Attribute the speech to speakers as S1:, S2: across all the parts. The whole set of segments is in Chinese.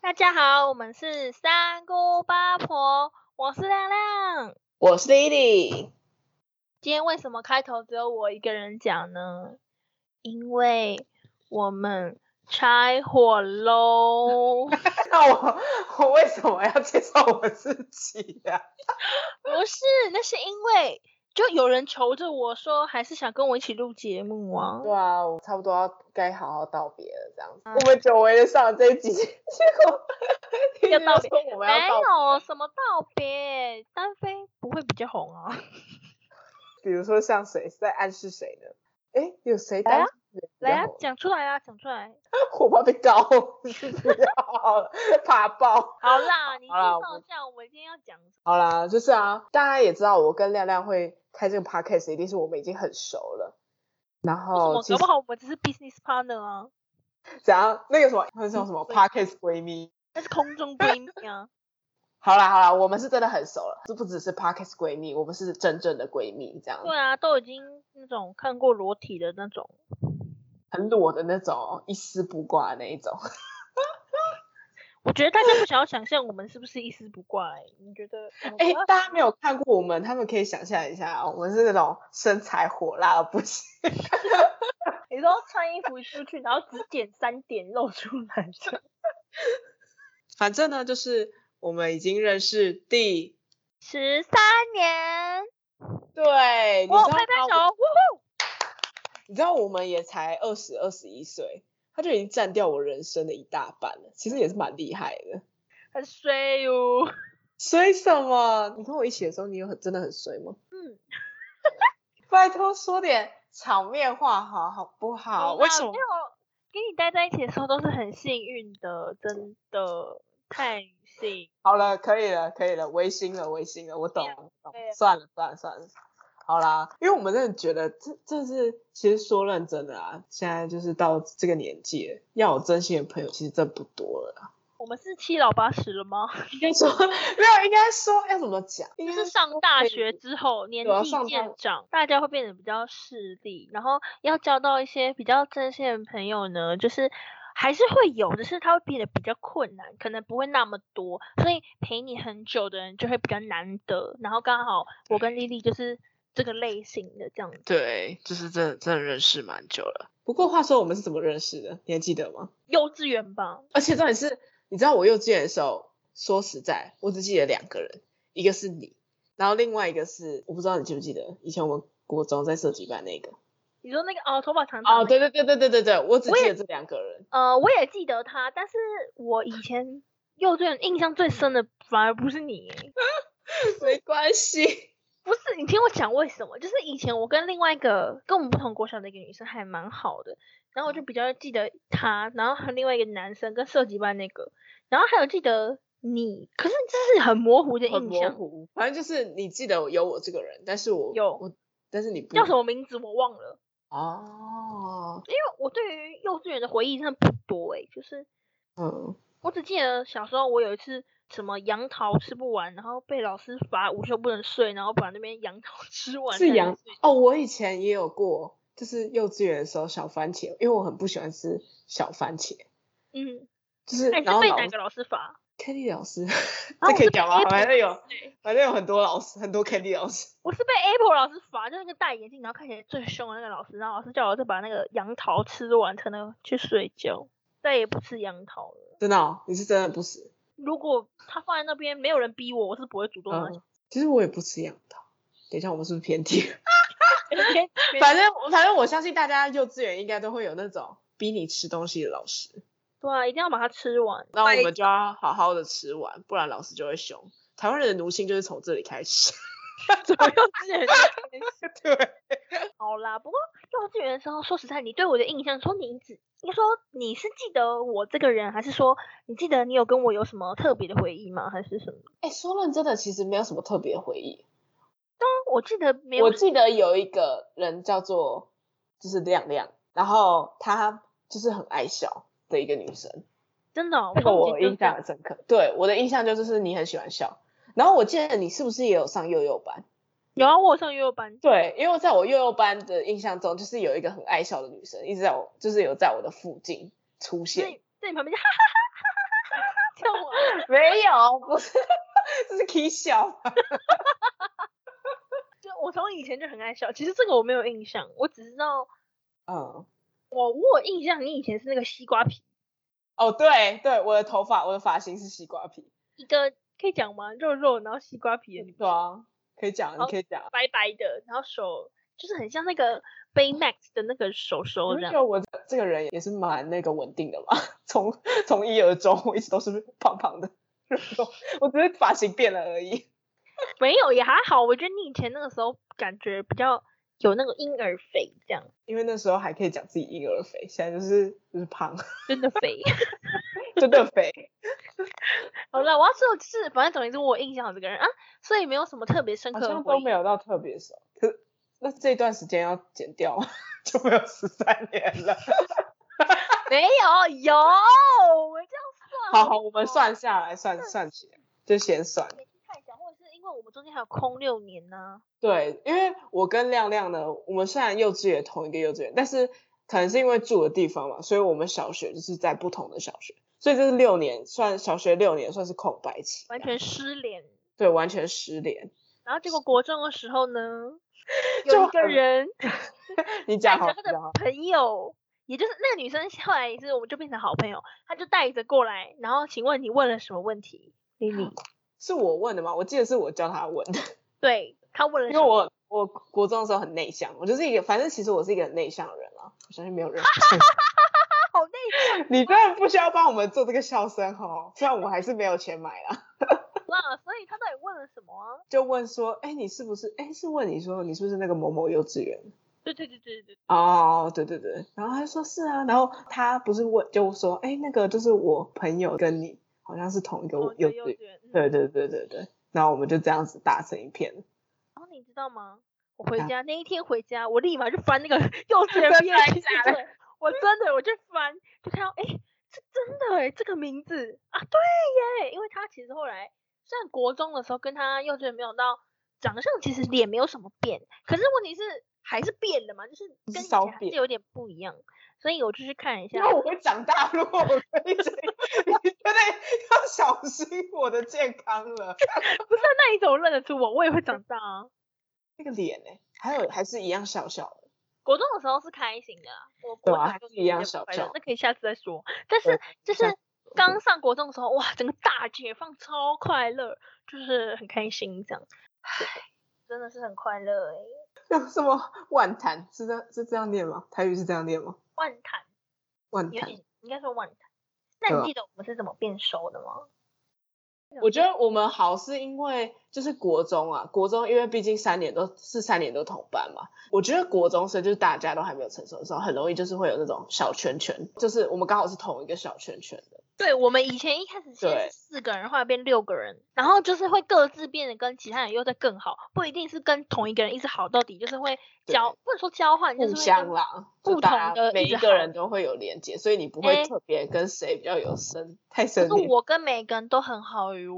S1: 大家好，我们是三姑八婆，我是亮亮。
S2: 我是 Lily，
S1: 今天为什么开头只有我一个人讲呢？因为我们拆伙喽，
S2: 那我 我为什么要介绍我自己呀、
S1: 不是，那是因为就有人求着我说，还是想跟我一起录节目啊。
S2: 对啊，我差不多要该好好道别了，这样
S1: 嗯
S2: 子。我们久违的上了这一集，结果 听
S1: 要
S2: 说
S1: 道别
S2: 我们
S1: 没
S2: 要道别，
S1: 有什么道别，单飞不会比较红啊。
S2: 比如说像谁是在暗示谁呢？哎，有谁
S1: 来啊
S2: 单身比
S1: 来
S2: 较
S1: 啊
S2: 红，
S1: 讲出来啊，讲出来。
S2: 我怕被告，不要 怕爆。
S1: 好啦，你介
S2: 好
S1: 绍
S2: 啦我
S1: 一下我们今天要讲什么。
S2: 好啦，就是啊，大家也知道我跟亮亮会开这个 podcast，一定是我们已经很熟了。然后
S1: 我
S2: 其
S1: 搞
S2: 实
S1: 不好我们只是 business partner 啊，
S2: 怎样？那个什么，那叫什么
S1: 嗯对
S2: podcast 闺蜜？
S1: 那是空中闺蜜啊。
S2: 好啦好啦，我们是真的很熟了，这不只是 Parkes 闺蜜，我们是真正的闺蜜，这样
S1: 对啊，都已经那种看过裸体的那种，
S2: 很裸的那种，哦一丝不挂的那一种。
S1: 我觉得大家不想要想象我们是不是一丝不挂、欸。你觉得？
S2: 哎、
S1: 我要
S2: 大家没有看过我们，他们可以想象一下，哦我们是那种身材火辣到不行，
S1: 你说穿衣服出去，然后只点三点露出来 的，
S2: 反正呢就是我们已经认识第
S1: 十三年，
S2: 对，你知
S1: 我
S2: 道
S1: 拍拍手，
S2: 吗？我
S1: 呼呼！
S2: 你知道我们也才二十二十一岁，他就已经占掉我人生的一大半了，其实也是蛮厉害的。
S1: 很衰哟、
S2: 衰什么？你跟我一起的时候，你有很真的很衰吗？
S1: 嗯，
S2: 拜托说点场面话好好不好？为
S1: 啦
S2: 什么
S1: 没？有跟你待在一起的时候都是很幸运的，真的太幸
S2: 好了，可以了，可以了，违心了，违心了，我懂
S1: 对啊
S2: 了，懂
S1: 对啊
S2: 了，算了，算了，算了。好啦，因为我们真的觉得这这是，其实说认真的啊，现在就是到这个年纪了，要有真心的朋友其实真不多了啦。
S1: 我们是七老八十了吗？
S2: 应该说没有，应该说要怎么讲？应
S1: 就
S2: 该
S1: 是
S2: 说
S1: 上大
S2: 会
S1: 学之后年
S2: 对啊
S1: 纪
S2: 上大
S1: 渐长，大家会变得比较势利，然后要交到一些比较真心的朋友呢，就是还是会有，只是他会变得比较困难，可能不会那么多，所以陪你很久的人就会比较难得。然后刚好我跟丽丽就是这个类型的这样子，
S2: 对，就是真的真的认识蛮久了。不过话说，我们是怎么认识的？你还记得吗？
S1: 幼稚园吧，
S2: 而且重点是，你知道我幼稚园的时候，说实在，我只记得两个人，一个是你，然后另外一个是我不知道你记不记得，以前我们国中在设计班那个。
S1: 你说那个哦头发长长
S2: 哦，
S1: 那个
S2: 对对对对对对对，我只
S1: 我
S2: 记
S1: 也
S2: 得这两个 人。
S1: 呃，我也记得他，但是我以前幼稚园印象最深的反而不是你耶。
S2: 没关系，
S1: 不是，你听我讲为什么？就是以前我跟另外一个跟我们不同国小的一个女生还蛮好的，然后我就比较记得她，然后还有另外一个男生跟设计班那个，然后还有记得你，可是这是很模糊的
S2: 很
S1: 印
S2: 模
S1: 象，
S2: 糊。反正就是你记得有我这个人，但是我
S1: 有
S2: 我，但是你不
S1: 叫什么名字我忘了，
S2: 哦，
S1: 因为我对于幼稚园的回忆真的不多诶、就是
S2: 嗯，
S1: 我只记得小时候我有一次什么杨桃吃不完，然后被老师罚午休不能睡，然后把那边杨桃吃完
S2: 是
S1: 才能
S2: 杨
S1: 睡
S2: 哦，我以前也有过，就是幼稚园的时候小番茄，因为我很不喜欢吃小番茄，
S1: 嗯，
S2: 就是
S1: 哎、
S2: 然
S1: 是
S2: 后
S1: 被
S2: 老
S1: 哪个老师罚？
S2: Kitty 老师，
S1: 啊
S2: 这
S1: 我
S2: 可以
S1: 是
S2: 讲吗？
S1: 被
S2: 反正有，
S1: 对。
S2: 反正有很多老师，很多 Kitty 老师。
S1: 我是被 Apple 老师罚，就是那个戴眼镜，然后看起来最凶的那个老师，然后老师叫我再把那个杨桃吃完才能去睡觉，再也不吃杨桃了。
S2: 真的、哦，你是真的不吃？
S1: 如果他放在那边，没有人逼我，我是不会主动的。
S2: 嗯，其实我也不吃杨桃。等一下，我们是不是偏 题？
S1: 别别
S2: 反正反正我相信大家幼稚园应该都会有那种逼你吃东西的老师，
S1: 对啊，一定要把它吃完。
S2: 那我们就要好好的吃完，不然老师就会凶。台湾人的奴性就是从这里开始。
S1: 怎么幼稚园就开始
S2: 对，
S1: 好啦，不过幼稚园的时候，说实在，你对我的印象，说你只应该说你是记得我这个人，还是说你记得你有跟我有什么特别的回忆吗？还是什么？
S2: 哎、说认真的，其实没有什么特别回忆。
S1: 我记得没有
S2: 我记得有一个人叫做就是亮亮，然后她就是很爱笑的一个女生，
S1: 真的哦、
S2: 那个
S1: 从以
S2: 我
S1: 前就
S2: 印象很深刻。对，我的印象就是你很喜欢笑，然后我记得你是不是也有上幼幼班？
S1: 有啊，我有上幼幼班，
S2: 对，因为在我幼幼班的印象中，就是有一个很爱笑的女生，一直在我就是有在我的附近出
S1: 在
S2: 现。
S1: 在你旁边就哈哈哈哈哈哈哈哈哈这
S2: 没有， 不是，这是 K 笑。
S1: 就我从以前就很爱笑，其实这个我没有印象，我只知道
S2: 嗯，
S1: 我我有印象，你以前是那个西瓜皮，
S2: 哦，对对，我的头发，我的发型是西瓜皮。
S1: 一个可以讲吗？肉肉，然后西瓜皮的女
S2: 对
S1: 生，
S2: 啊，可以讲，你
S1: 好
S2: 可以讲。
S1: 白白的，然后手就是很像那个 Baymax 的那个手手
S2: 我
S1: 哦这
S2: 觉
S1: 样。
S2: 得我这个人也是蛮那个稳定的嘛，从从一而终，我一直都是胖胖的， 然后我只是发型变了而已。
S1: 没有也还好，我觉得你以前那个时候感觉比较有那个婴儿肥这样，
S2: 因为那时候还可以讲自己婴儿肥，现在就是就是胖，
S1: 真的肥。
S2: 真的 肥。
S1: 好了，我要说的就是，反正总而言之，我有印象有这个人啊，所以没有什么特别深
S2: 好
S1: 刻的
S2: 像
S1: 回
S2: 都
S1: 忆
S2: 没。有到特别熟。可是那这段时间要剪掉吗， 就没有十三年 了。
S1: 没有，有，我这样算。
S2: 好好，我们算下来，算算起来，就先算。
S1: 太小，或者是因为我们中间还有空六年呢、
S2: 对，因为我跟亮亮呢，我们虽然幼稚园同一个幼稚园，但是可能是因为住的地方嘛，所以我们小学就是在不同的小学，所以这是六年，算小学六年算是空白期，
S1: 完全失联。
S2: 对，完全失联。
S1: 然后结果国中的时候呢，
S2: 就
S1: 有一个
S2: 很
S1: 人
S2: 你讲
S1: 带
S2: 好，
S1: 着他
S2: 你
S1: 的
S2: 讲好，
S1: 朋友，也就是那个女生后来也是我们就变成好朋友，她就带着过来，然后请问你问了什么问题？丽 丽，
S2: 是我问的吗？我记得是我叫他问的。
S1: 对她问了
S2: 因
S1: 什
S2: 为
S1: 么？
S2: 我我国中的时候很内向，我就是一个，反正其实我是一个很内向的人啊，我相信没有人 不相信。
S1: 好内向
S2: 你真的不需要帮我们做这个笑声哦，虽然我们还是没有钱买啦。
S1: 啊，所以她到底问了什么啊？
S2: 就问说，哎，你是不是？哎，是问你说你是不是那个某某幼稚园？
S1: 对对对对对，
S2: 哦，对对对，然后他就说是啊，然后他不是问就说，哎，那个就是我朋友跟你好像是同一个
S1: 哦
S2: 幼
S1: 对
S2: 稚
S1: 幼
S2: 园
S1: 稚，园。嗯
S2: 对对对对对，然后我们就这样子打成一片，
S1: 然哦后你知道吗？我回
S2: 啊
S1: 家那一天回家，我立马就翻那个 幼稚园
S2: 真
S1: 毕业
S2: 的
S1: 纪
S2: 假
S1: 念册，我真的我就翻，就看到哎，诶这真的哎，这个名字啊，对耶，因为他其实后来虽然国中的时候跟他幼稚园没有到，长相其实脸没有什么变，可是问题是还是变的嘛，就是
S2: 是
S1: 跟以
S2: 稍
S1: 前还是
S2: 变
S1: 有点不一样，所以我就去看一下
S2: 因，为我会长大，如果我跟你讲， 你绝对要小心我的健康了。
S1: 不是那你怎么认得出我？我也会长大啊。
S2: 那个脸呢、还有还是一样小小的，
S1: 国中的时候是开心的啊，我
S2: 对
S1: 国
S2: 啊
S1: 小
S2: 还
S1: 就是
S2: 一样
S1: 比较
S2: 小
S1: 快乐
S2: 小
S1: 那可以下次再说。但
S2: 对
S1: 是就
S2: 下
S1: 是刚上国中的时候，哇，整个大解放，超快乐，就是很开心这样。唉，真的是很快乐哎、
S2: 那什么万谈是这是这样念吗？台语是这样念吗？
S1: 万谈，
S2: 万
S1: 有
S2: 谈，
S1: 点应该说万谈。那
S2: 对
S1: 你
S2: 啊
S1: 记得我们是怎么变熟的吗？
S2: 我觉得我们好是因为就是国中啊，国中因为毕竟三年都是三年都同班嘛，我觉得国中生就是大家都还没有成熟的时候，很容易就是会有那种小圈圈，就是我们刚好是同一个小圈圈的，
S1: 对，我们以前一开始先
S2: 对
S1: 是四个人，后来变六个人，然后就是会各自变得跟其他人又在更好，不一定是跟同一个人一直好到底，就是会
S2: 对
S1: 交不能说交换，就是
S2: 互
S1: 会
S2: 相
S1: 跟
S2: 啦，
S1: 不
S2: 就大
S1: 同
S2: 家
S1: 的
S2: 每
S1: 一直
S2: 一个
S1: 好
S2: 人都会有连接，所以你不会
S1: 哎
S2: 特别跟谁比较有深太深
S1: 可
S2: 连
S1: 是我跟每个人都很好哟。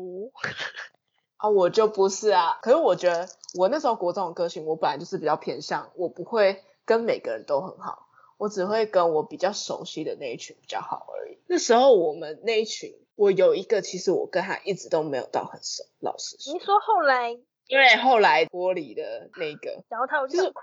S2: 啊，我就不是啊。可是我觉得我那时候国中的个性，我本来就是比较偏向，我不会跟每个人都很好，我只会跟我比较熟悉的那一群比较好而已。那时候我们那一群，我有一个，其实我跟他一直都没有到很熟，老实
S1: 你
S2: 说，
S1: 说后 来，
S2: 因为后来脱离的那个，
S1: 然后他我就
S2: 就是
S1: 想哭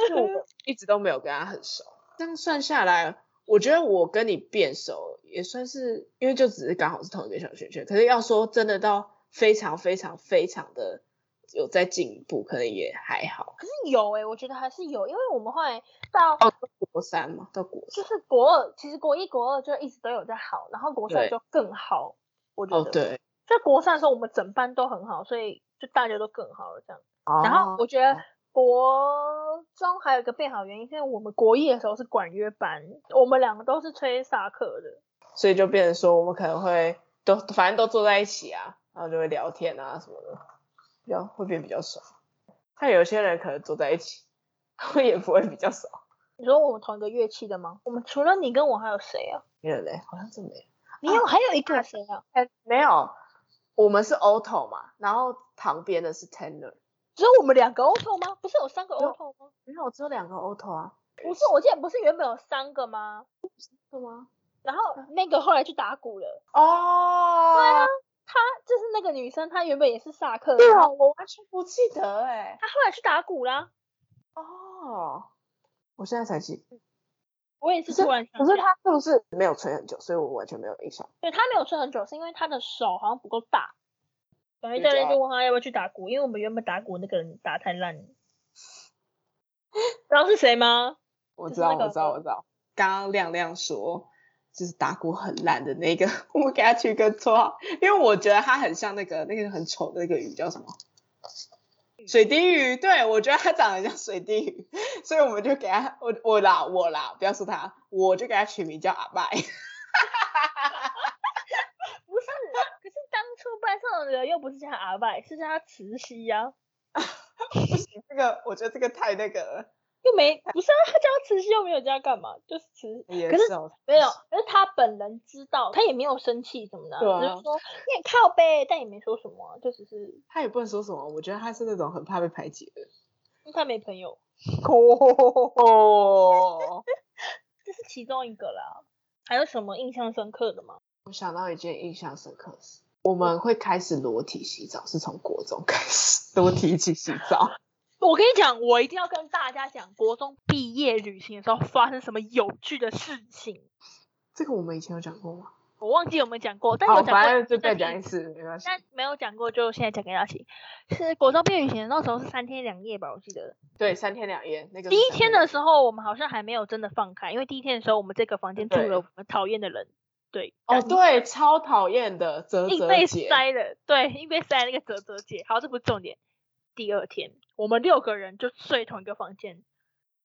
S2: 就是我们一直都没有跟他很熟。啊这样算下来，我觉得我跟你变熟也算是，因为就只是刚好是同一个小圈圈。可是要说真的到非常非常非常的有在进一步，可能也还好。
S1: 可是有诶、欸我觉得还是有，因为我们后来到
S2: 哦，国三嘛，到国
S1: 就
S2: 三。
S1: 是国二，其实国一、国二就一直都有在好，然后国三
S2: 对
S1: 就更好，我觉
S2: 哦，
S1: 得。。
S2: 对。
S1: 在国三的时候，我们整班都很好，所以就大家都更好了这样。然后我觉
S2: 哦
S1: 得国中还有一个变好原因，是因为我们国一的时候是管乐班，我们两个都是吹萨克的，
S2: 所以就变成说，我们可能会都反正都坐在一起啊，然后就会聊天啊什么的，比较会变比较熟。但有些人可能坐在一起， 会也不会比较熟。
S1: 你说我们同一个乐器的吗？我们除了你跟我还有谁啊？
S2: 没有嘞，好像是没有。
S1: 你有、还有一个谁啊？
S2: 哎，没有，我们是 auto 嘛，然后旁边的是 tenor，
S1: 只有我们两个 auto 吗？不是有三个
S2: 有
S1: auto 吗？
S2: 没有，只有两个 auto 啊，
S1: 不是，我记得不是原本有三个吗？
S2: 是吗？
S1: 然后那个后来去打鼓了。
S2: 哦，
S1: 对啊，她就是那个女生，她原本也是萨克，
S2: 对
S1: 然
S2: 哦，
S1: 后
S2: 我完全不记得哎、
S1: 她后来去打鼓啦。
S2: 哦，我现在才记，
S1: 嗯我也是
S2: 可是
S1: 突然想
S2: 可
S1: 起
S2: 是
S1: 来，
S2: 他是不是没有吹很久，所以我完全没有印象。
S1: 对她没有吹很久，是因为她的手好像不够大。反正
S2: 是
S1: 教练
S2: 的
S1: 就问她要不要去打鼓，因为我们原本打鼓那个人打太烂了。知道是谁 吗？
S2: 我
S1: 就
S2: 知
S1: 是
S2: 道，
S1: 那个
S2: 我知道，我知道。刚刚亮亮说，就是打鼓很烂的那个， 我给他取一个绰号，因为我觉得他很像那个那个很丑的那个鱼叫什么？水滴鱼，对我觉得他长得像水滴鱼，所以我们就给他，我我啦我啦，不要说他，我就给他取名叫阿拜。
S1: 不是，可是当初班上的人又不是叫她阿拜，是叫她慈禧啊呀、
S2: 不行，这个我觉得这个太那个了，
S1: 又没不是啊，她叫她慈禧又没有叫她干嘛，就是慈
S2: 也
S1: 可是
S2: 是哦
S1: 没有，可是她本人知道，她也没有生气什么的啊，
S2: 对啊
S1: 只是说你很靠背，但也没说什么啊、就只是
S2: 他也不能说什么，我觉得他是那种很怕被排挤的。
S1: 因为她没朋友，
S2: 哦，
S1: 这是其中一个啦。还有什么印象深刻的吗？
S2: 我想到一件印象深刻的事，我们会开始裸体洗澡，是从国中开始裸体一起洗澡。
S1: 我跟你讲，我一定要跟大家讲，国中毕业旅行的时候发生什么有趣的事情。
S2: 这个我们以前有讲过吗？
S1: 我忘记有没有讲过，但有
S2: 好，
S1: 讲过，
S2: 反正就再
S1: 但
S2: 讲一次，没关系。
S1: 但没有讲过，就现在讲给大家听。是国中毕业旅行，那时候是三天两夜吧，我记得。
S2: 对，三天两夜那个是
S1: 第一
S2: 三
S1: 天
S2: 两
S1: 的
S2: 夜
S1: 时候，我们好像还没有真的放开，因为第一天的时候，我们这个房间住
S2: 对
S1: 了我们讨厌的人，对，
S2: 哦，对，超讨厌的泽
S1: 硬
S2: 泽
S1: 被
S2: 姐，
S1: 塞了，对，硬被塞那个泽泽姐。好，这不是重点。第二天，我们六个人就睡同一个房间，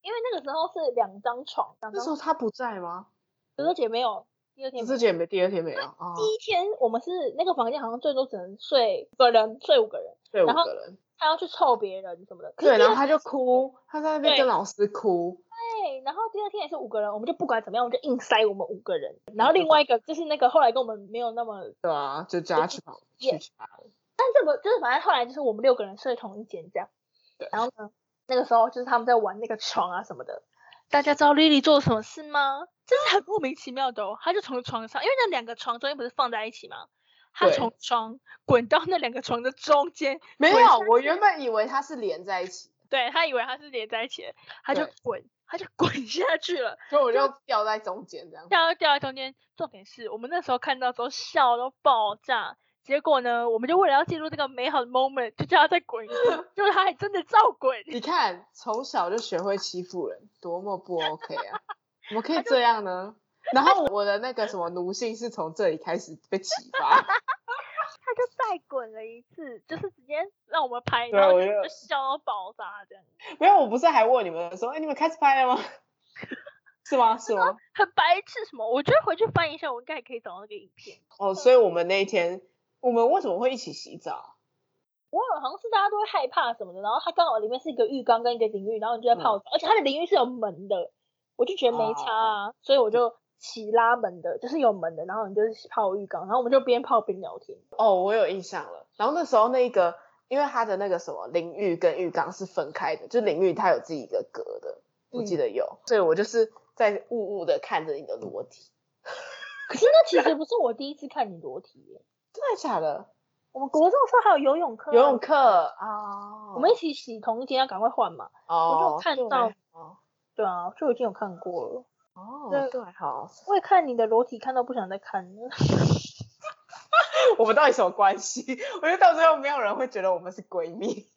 S1: 因为那个时候是两张床，两
S2: 那
S1: 张
S2: 时候她不在吗？
S1: 泽泽姐没有，第二天
S2: 泽
S1: 没有
S2: 泽姐没，第二天没有啊，
S1: 第一天我们是那个房间好像最多只能睡五个人，睡五个人，
S2: 对，五
S1: 然后
S2: 个人。
S1: 她要去凑别人什么的。可是
S2: 对，
S1: 第二
S2: 然后她就哭，她在那边
S1: 对
S2: 跟老师哭。
S1: 对，然后第二天也是五个人，我们就不管怎么样，我们就硬塞我们五个人。然
S2: 嗯
S1: 后另外一个就是那个后来跟我们没有那么，
S2: 对啊，就叫他去跑去查。
S1: 但是我们就是反正后来就是我们六个人睡同一间这样。
S2: 对
S1: 然后呢，那个时候就是他们在玩那个床啊什么的。大家知道 Lily 做了什么事吗？真是很莫名其妙的哦，她就从床上，因为那两个床中间不是放在一起吗？她
S2: 对
S1: 从床滚到那两个床的中间，
S2: 没
S1: 滚
S2: 有
S1: 下，
S2: 我
S1: 去
S2: 原本以为他是连在一起，
S1: 对她以为她是连在一起的，她就
S2: 对
S1: 滚，她就滚下去了。
S2: 所以我就掉在中间这样。
S1: 掉掉在中间。重点是我们那时候看到之后笑到爆炸。结果呢，我们就为了要记录这个美好的 moment，就叫他再滚一 次，就是他还真的照滚。
S2: 你看，从小就学会欺负人，多么不 OK 啊！怎么可以这样呢？然后我的那个什么奴性是从这里开始被启发，
S1: 他就再滚了一次，就是直接让我们拍，
S2: 对
S1: 然后
S2: 我
S1: 就
S2: 就
S1: 就笑到爆炸这样，
S2: 没有，我不是还问你们说，哎，你们开始拍了吗？ 是吗？是吗？
S1: 很白痴什么？我觉得回去翻一下，我应该还可以找到那个影片。
S2: 哦，所以我们那一天，我们为什么会一起洗澡？
S1: 我忘了，好像是大家都会害怕什么的，然后它刚好里面是一个浴缸跟一个淋浴，然后你就在泡澡，而且它的淋浴是有门的，我就觉得没差啊，所以我就起拉门的，就是有门的，然后你就是泡浴缸，然后我们就边泡边聊天。
S2: 哦，我有印象了。然后那时候那个，因为它的那个什么淋浴跟浴缸是分开的，就淋浴它有自己一个隔的，我记得有，所以我就是在雾雾的看着你的裸体，
S1: 可是那其实不是我第一次看你裸体耶，
S2: 真的假的？
S1: 我们国中的时候还有游泳课啊、
S2: 游泳课啊，
S1: 我们一起洗同一间，要赶快换嘛。
S2: 哦，
S1: 我就看
S2: 对
S1: 到
S2: 哦
S1: 对啊，就已经有看过了，
S2: 哦
S1: 对，
S2: 对，好，
S1: 我也看你的裸体，看到不想再看了。 啊
S2: 我们到底什么关系？我觉得到最后没有人会觉得我们是闺蜜，
S1: 你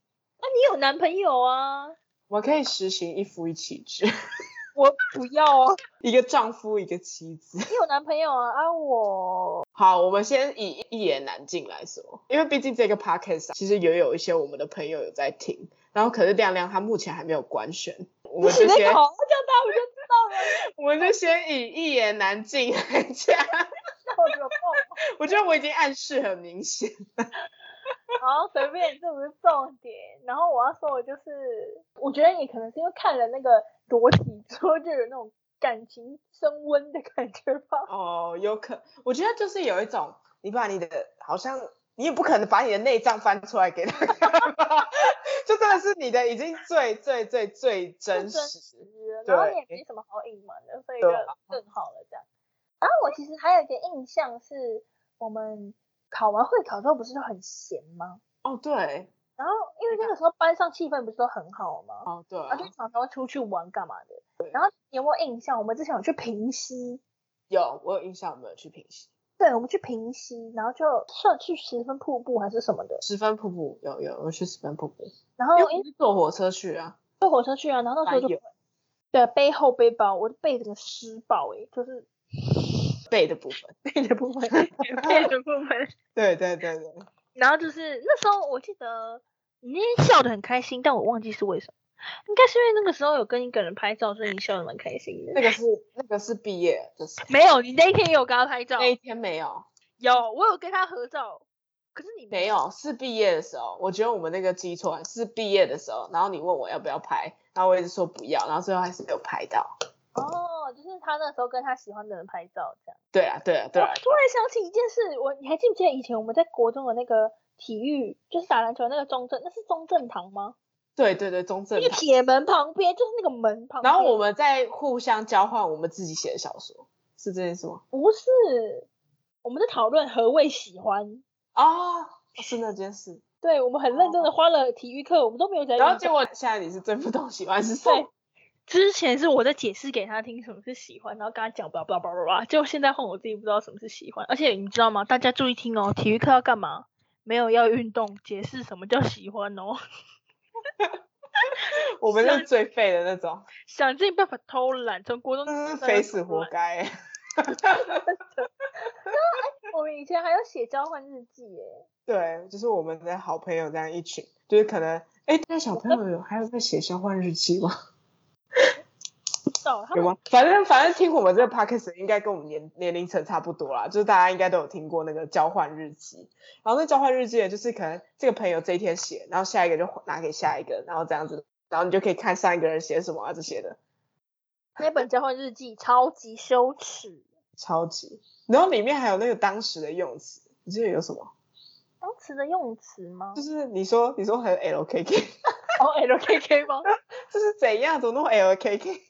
S1: 有男朋友啊？
S2: 我们可以实行一夫一妻制，
S1: 我不要啊！
S2: 一个丈夫一个妻子。
S1: 你有男朋友啊？啊我。
S2: 好，我们先以一言难尽来说，因为毕竟这个 podcast 啊其实也有一些我们的朋友有在听，然后可是亮亮他目前还没有官宣，我们
S1: 你
S2: 就
S1: 那个
S2: 先
S1: 好像大家我就知道了，
S2: 我们就先以一言难尽来讲，
S1: 我有空。
S2: 我觉得我已经暗示很明显，
S1: 好，随便，这不是重点。然后我要说的就是，我觉得也可能是因为看了那个裸体之后，就有那种感情升温的感觉吧。
S2: 哦，有可，我觉得就是有一种你把你的好像你也不可能把你的内脏翻出来给他看吧，就真的是你的已经最最最最
S1: 就
S2: 真
S1: 真
S2: 实，
S1: 然后你也
S2: 对
S1: 没什么好隐瞒的，所以就
S2: 对啊
S1: 更好了这样。
S3: 然后我其实还有一个印象是，我们考完会考之后不是就很闲吗？
S2: 哦，对，
S3: 然后因为那个时候班上气氛不是都很好吗？
S2: 哦，对啊
S3: 然后就常常会出去玩干嘛的。然后你有没有印象？我们之前有去平溪，
S2: 有我有印象，我们有去平溪
S3: 对，我们去平溪，然后就算去十分瀑布还是什么的。
S2: 十分瀑布，有有我去十分瀑布，
S3: 然后
S2: 因为我
S3: 哦因
S2: 们
S3: 为
S2: 是坐火车去啊，
S3: 坐火车去啊，然后那时候
S2: 还
S3: 就
S2: 哎有
S3: 对背后背包，我的背整个湿爆
S1: 欸
S3: 诶、 就是
S2: 背的部分，
S3: 背的部分。
S1: 配的部分。
S2: 对对对对，
S1: 然后就是那时候我记得你那天笑得很开心，但我忘记是为什么，应该是因为那个时候有跟一个人拍照，所以你笑得蛮开心的。
S2: 那个是那个是毕业的
S3: 哦
S2: 时候，
S1: 没有，你那一天也有跟他拍照
S2: 那，一天没有
S1: 有我有跟他合照，可是你
S2: 没有是毕业的时候，我觉得我们那个记错了，是毕业的时候，然后你问我要不要拍，然后我一直说不要，然后最后还是没有拍到，
S3: 哦，就是他那时候跟他喜欢的人拍照这样。
S2: 对啊对啊对啊
S3: 我，突然想起一件事，我你还记不记得以前我们在国中的那个体育，就是打篮球的那个中正，那是中正堂吗？
S2: 对对对中正
S3: 那个
S2: 堂，
S3: 铁门旁边，就是那个门旁边。
S2: 然后我们再互相交换我们自己写的小说，是这件事吗？
S3: 不是，我们在讨论何谓喜欢。
S2: 哦，是那件事。
S3: 对，我们很认真的花了体育课，我们都没有讲。
S2: 哦然后结果现在你是真不懂喜欢是什么？
S1: 之前是我在解释给他听什么是喜欢，然后跟他讲叭叭叭叭叭，结果现在换我自己不知道什么是喜欢。而且你知道吗？大家注意听哦，体育课要干嘛？没有要运动，解释什么叫喜欢哦，
S2: 我们是啊最废的那种，
S1: 想尽办法偷懒，从国中
S2: 嗯真是
S1: 到
S2: 肥
S1: 大
S2: 死
S1: 偷
S2: 活
S1: 懒
S2: 该欸。
S3: 我们以前还要写交换日记耶。
S2: 对，就是我们的好朋友这样一群，就是可能，哎，那小朋友有还有在写交换日记吗？
S3: 到他
S2: 有
S3: 们
S2: 吗？反正反正听我们这个 podcast 应该跟我们年年龄层差不多啦，就是大家应该都有听过那个交换日记。然后那交换日记呢，就是可能这个朋友这一天写，然后下一个就拿给下一个，然后这样子，然后你就可以看上一个人写什么啊这些的。
S3: 那本交换日记超级羞耻，
S2: 超级。然后里面还有那个当时的用词，你记得有什么？
S3: 当时的用词吗
S2: 就？是你说你说很 LKK，就
S3: 哦，LKK
S1: 哎
S3: 吗？
S2: 是怎样怎么弄 LKK？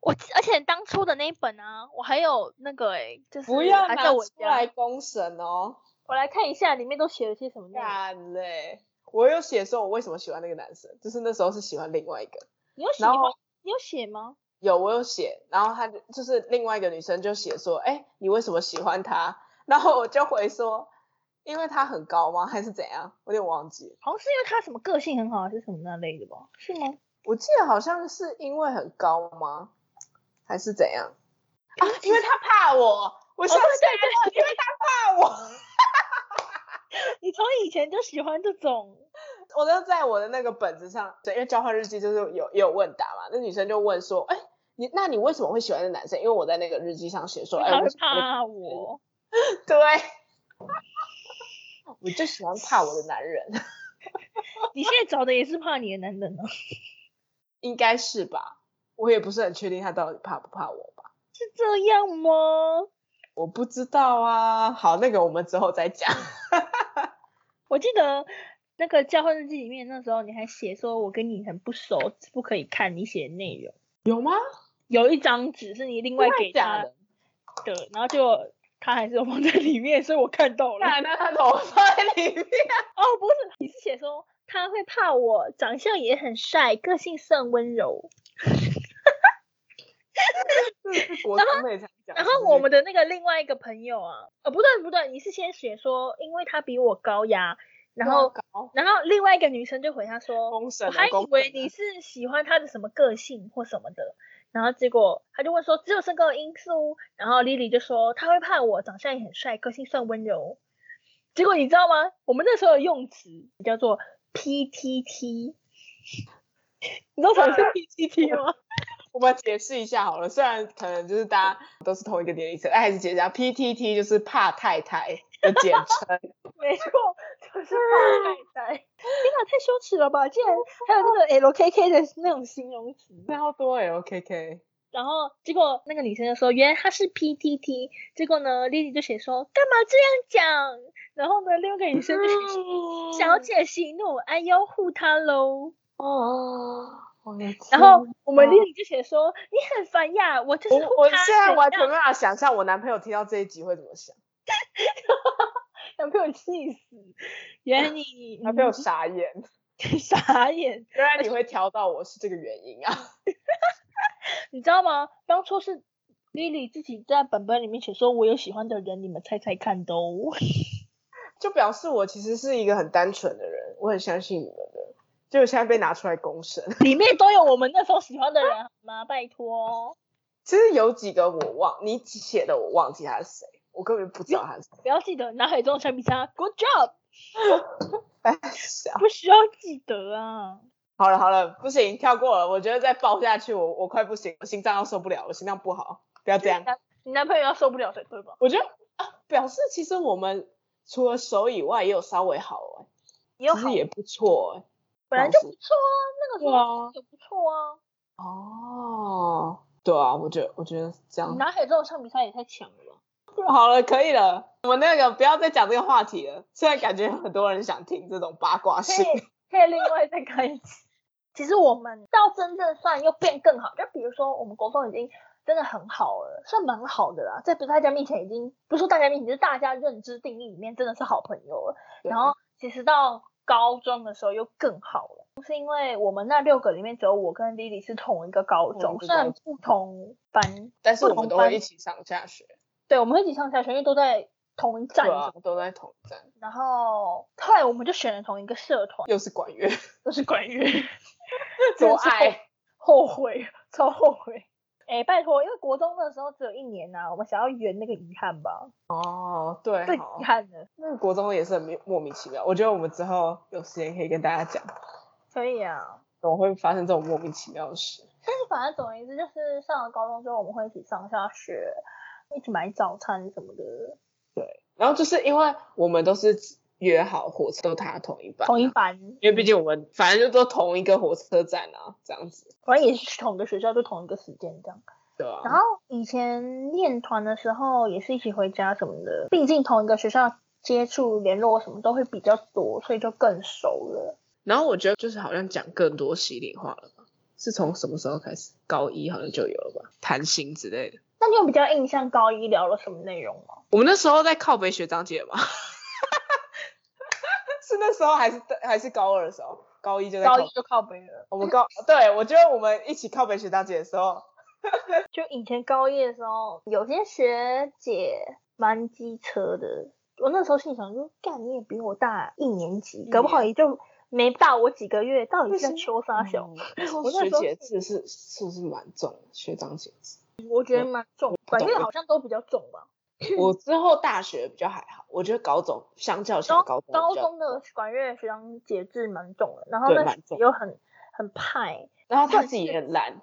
S1: 我记而且当初的那一本啊，我还有那个哎、就是
S2: 不要
S1: 还
S2: 拿
S1: 在我
S2: 出来
S1: 家，
S2: 公审哦，
S3: 我来看一下里面都写了些什么内容。
S2: 干嘞！我有写说我为什么喜欢那个男生，就是那时候是喜欢另外一个，
S3: 你有写
S2: 然
S3: 吗
S2: 后？
S3: 你有写吗？
S2: 有我有写，然后他就就是另外一个女生就写说，哎，你为什么喜欢他？ 然后我就回说，因为他很高吗？还是怎样？我有点忘记了，
S1: 好像是因为他什么个性很好，还是什么那类的吧？是吗？
S2: 我记得好像是因为很高吗？还是怎样？啊，
S1: 哎
S2: 因为他怕我，我
S1: 哦
S2: 想起来了，因为他怕我。
S1: 你从以前就喜欢这种，
S2: 我就在我的那个本子上，对，因为交换日记就是有也有问答嘛，那女生就问说，哎、你那你为什么会喜欢那男生？因为我在那个日记上写说，哎、
S1: 他
S2: 我
S1: 会
S2: 喜欢
S1: 怕我。
S2: 对， 我就喜欢怕我的男人，
S1: 你现在找的也 是怕你的男人啊？
S2: 应该是吧？我也不是很确定他到底怕不怕我吧，
S1: 是这样吗？
S2: 我不知道啊。好，那个我们之后再讲。
S1: 我记得那个交换日记里面，那时候你还写说我跟你很不熟，不可以看你写的内容。
S2: 有吗？
S1: 有一张纸是你另外给
S2: 假
S1: 他
S2: 的
S1: 的，。然后就他还是有放在里面，所以我看到了。
S2: 那他头发在里面。
S1: 哦，不是，你是写说他会怕我，长相也很帅，个性甚温柔。
S2: 国中那才讲。
S1: 然后我们的那个另外一个朋友啊，呃、不对不对，你是先写说因为他比我高哦呀，然后
S2: 搞
S1: 然后另外一个女生就回他说，
S2: 公审
S1: 我
S2: 啊，
S1: 还
S2: 公
S1: 以
S2: 审
S1: 为
S2: 啊
S1: 你是喜欢他的什么个性或什么的。然后结果他就问说只有这个因素，然后 Lily 就说他会怕我，长相也很帅，个性算温柔。结果你知道吗？我们那时候的用词叫做 PTT，你知道什么是 PTT 吗？
S2: 我们解释一下好了，虽然可能就是大家都是同一个年龄层，但还是解释一下，PTT 就是怕太太的简称。
S1: 没错，就是大太太。天哪，太羞耻了吧！竟然还有那个 LKK 的那种形容词。
S2: 超多欸 LKK，
S1: 然后结果那个女生就说，原来她是 PTT。结果呢，Lily 就写说，干嘛这样讲？然后呢，另外一个女生
S2: 嗯
S1: 就写说，小姐息怒，哎呦护她喽。
S2: 哦哦我的
S4: 然
S2: 天
S4: 后我们
S2: 哪
S4: 丽丽之前说你很烦呀， 我就是
S2: 我我
S4: 他
S2: 现在
S4: 怎
S2: 完全
S4: 样
S2: 没办法想象我男朋友听到这一集会怎么想，
S1: 男朋友气死，
S4: 原来 你
S2: 男朋
S4: 嗯
S2: 友
S4: 啊
S2: 傻眼，
S4: 傻眼，
S2: 原来你会挑到我是这个原因啊！
S1: 你知道吗？当初是 Lily 自己在本本里面写说，我有喜欢的人，你们猜猜看都。
S2: 就表示我其实是一个很单纯的人，我很相信你们的，结果现在被拿出来公审。
S1: 里面都有我们那时候喜欢的人，好吗？拜托，哦
S2: 其实有几个我忘，你写的我忘记他是谁，我根本不知道他是谁。
S1: 不要记得脑海中橡皮擦，Good job，
S2: 哎 笑
S1: 不需要记得啊。
S2: 好了好了，不行，跳过了。我觉得再爆下去，我我快不行，我心脏要受不了，我心脏不好，不要这样。
S1: 你男朋友要受不了才对吧？
S2: 我觉得啊，表示其实我们除了熟以外，也有稍微好哎、
S4: 也有
S2: 其
S4: 好
S2: 实，也不错哎、
S1: 本来
S2: 老
S1: 就
S2: 师
S1: 不错啊，那个时候
S2: 啊，
S1: 也不错啊。
S2: 哦，对啊，我觉得我觉得这样
S1: 你脑海中的橡皮擦也太强了 吧？
S2: 好了，可以了。我们那个不要再讲这个话题了，虽然感觉很多人想听这种八卦
S1: 可
S2: 事。
S1: 以可以另外再开一集。 其实我们到真正算又变更好，就比如说我们国风已经真的很好了，算蛮好的啦，在不是大家面前已经不是说大家面前，就是大家认知定义里面真的是好朋友了。
S2: 对
S1: 然后其实到高中的时候又更好了，是因为我们那六个里面只有我跟 Lily 是同一个高
S2: 同一
S1: 中，
S2: 个
S1: 虽然
S2: 高
S1: 不同班，
S2: 但是
S1: 不
S2: 我们
S1: 同
S2: 都
S1: 班
S2: 会一起上下学，
S1: 对，我们会一起上下学，因为都在同一站
S2: 对
S1: 什么
S2: 啊，都在同一站，
S1: 然后后来我们就选了同一个社团，
S2: 又是管乐，
S1: 都是管 乐。
S2: 多
S1: 真是
S2: 爱。
S1: 后悔，超后悔。哎，拜托，因为国中的时候只有一年啊呐、我们想要圆那个遗憾吧，
S2: 哦，对
S1: 最
S2: 哦
S1: 遗憾的。
S2: 那个国中也是很莫莫名其妙。我觉得我们之后有时间可以跟大家讲，
S1: 可以啊，
S2: 怎么会发生这种莫名其妙的事。
S1: 但是反正总而言之，就是上了高中之后，我们会一起上下学，一起买早餐什么的，
S2: 然后就是因为我们都是约好火车都搭同一班，
S1: 同一班，
S2: 因为毕竟我们反正就都同一个火车站啊，这样子，
S1: 反正也是同一个学校，就同一个时间这样。
S2: 对啊。
S1: 然后以前练团的时候也是一起回家什么的，毕竟同一个学校接触联络什么都会比较多，所以就更熟了。
S2: 然后我觉得就是好像讲更多心里话了吧？是从什么时候开始？高一好像就有了吧？谈心之类的。
S1: 那你有比较印象高一聊了什么内容吗？
S2: 我们那时候在靠北学长姐嘛， 是那时候还是还是高二的时候？高一就在靠
S1: 高一就靠北了。
S2: 我们高对我觉得我们一起靠北学长姐的时候，
S1: 就以前高一的时候，有些学姐蛮机车的。我那时候心里想说，干你也比我大一年级，
S2: 一
S1: 搞不好
S2: 年
S1: 也就没大我几个月，到底
S2: 那
S1: 啊是在哦
S2: 是
S1: 秋啥小？
S2: 嗯那时候
S1: 我那
S2: 学
S1: 时候
S2: 姐制是是不是蛮重的？学长 姐制，
S1: 我觉得蛮重，管乐
S2: 嗯懂
S1: 好像都比较重吧。
S2: 我之后大学比较还好，我觉得高中相较起来
S1: 高
S2: 高中
S1: 高
S2: 比较
S1: 中的管乐学长节制蛮重的，然后
S2: 对
S1: 那
S2: 蛮
S1: 学姐
S2: 重
S1: 又很很派，
S2: 然后他自己也 很懒，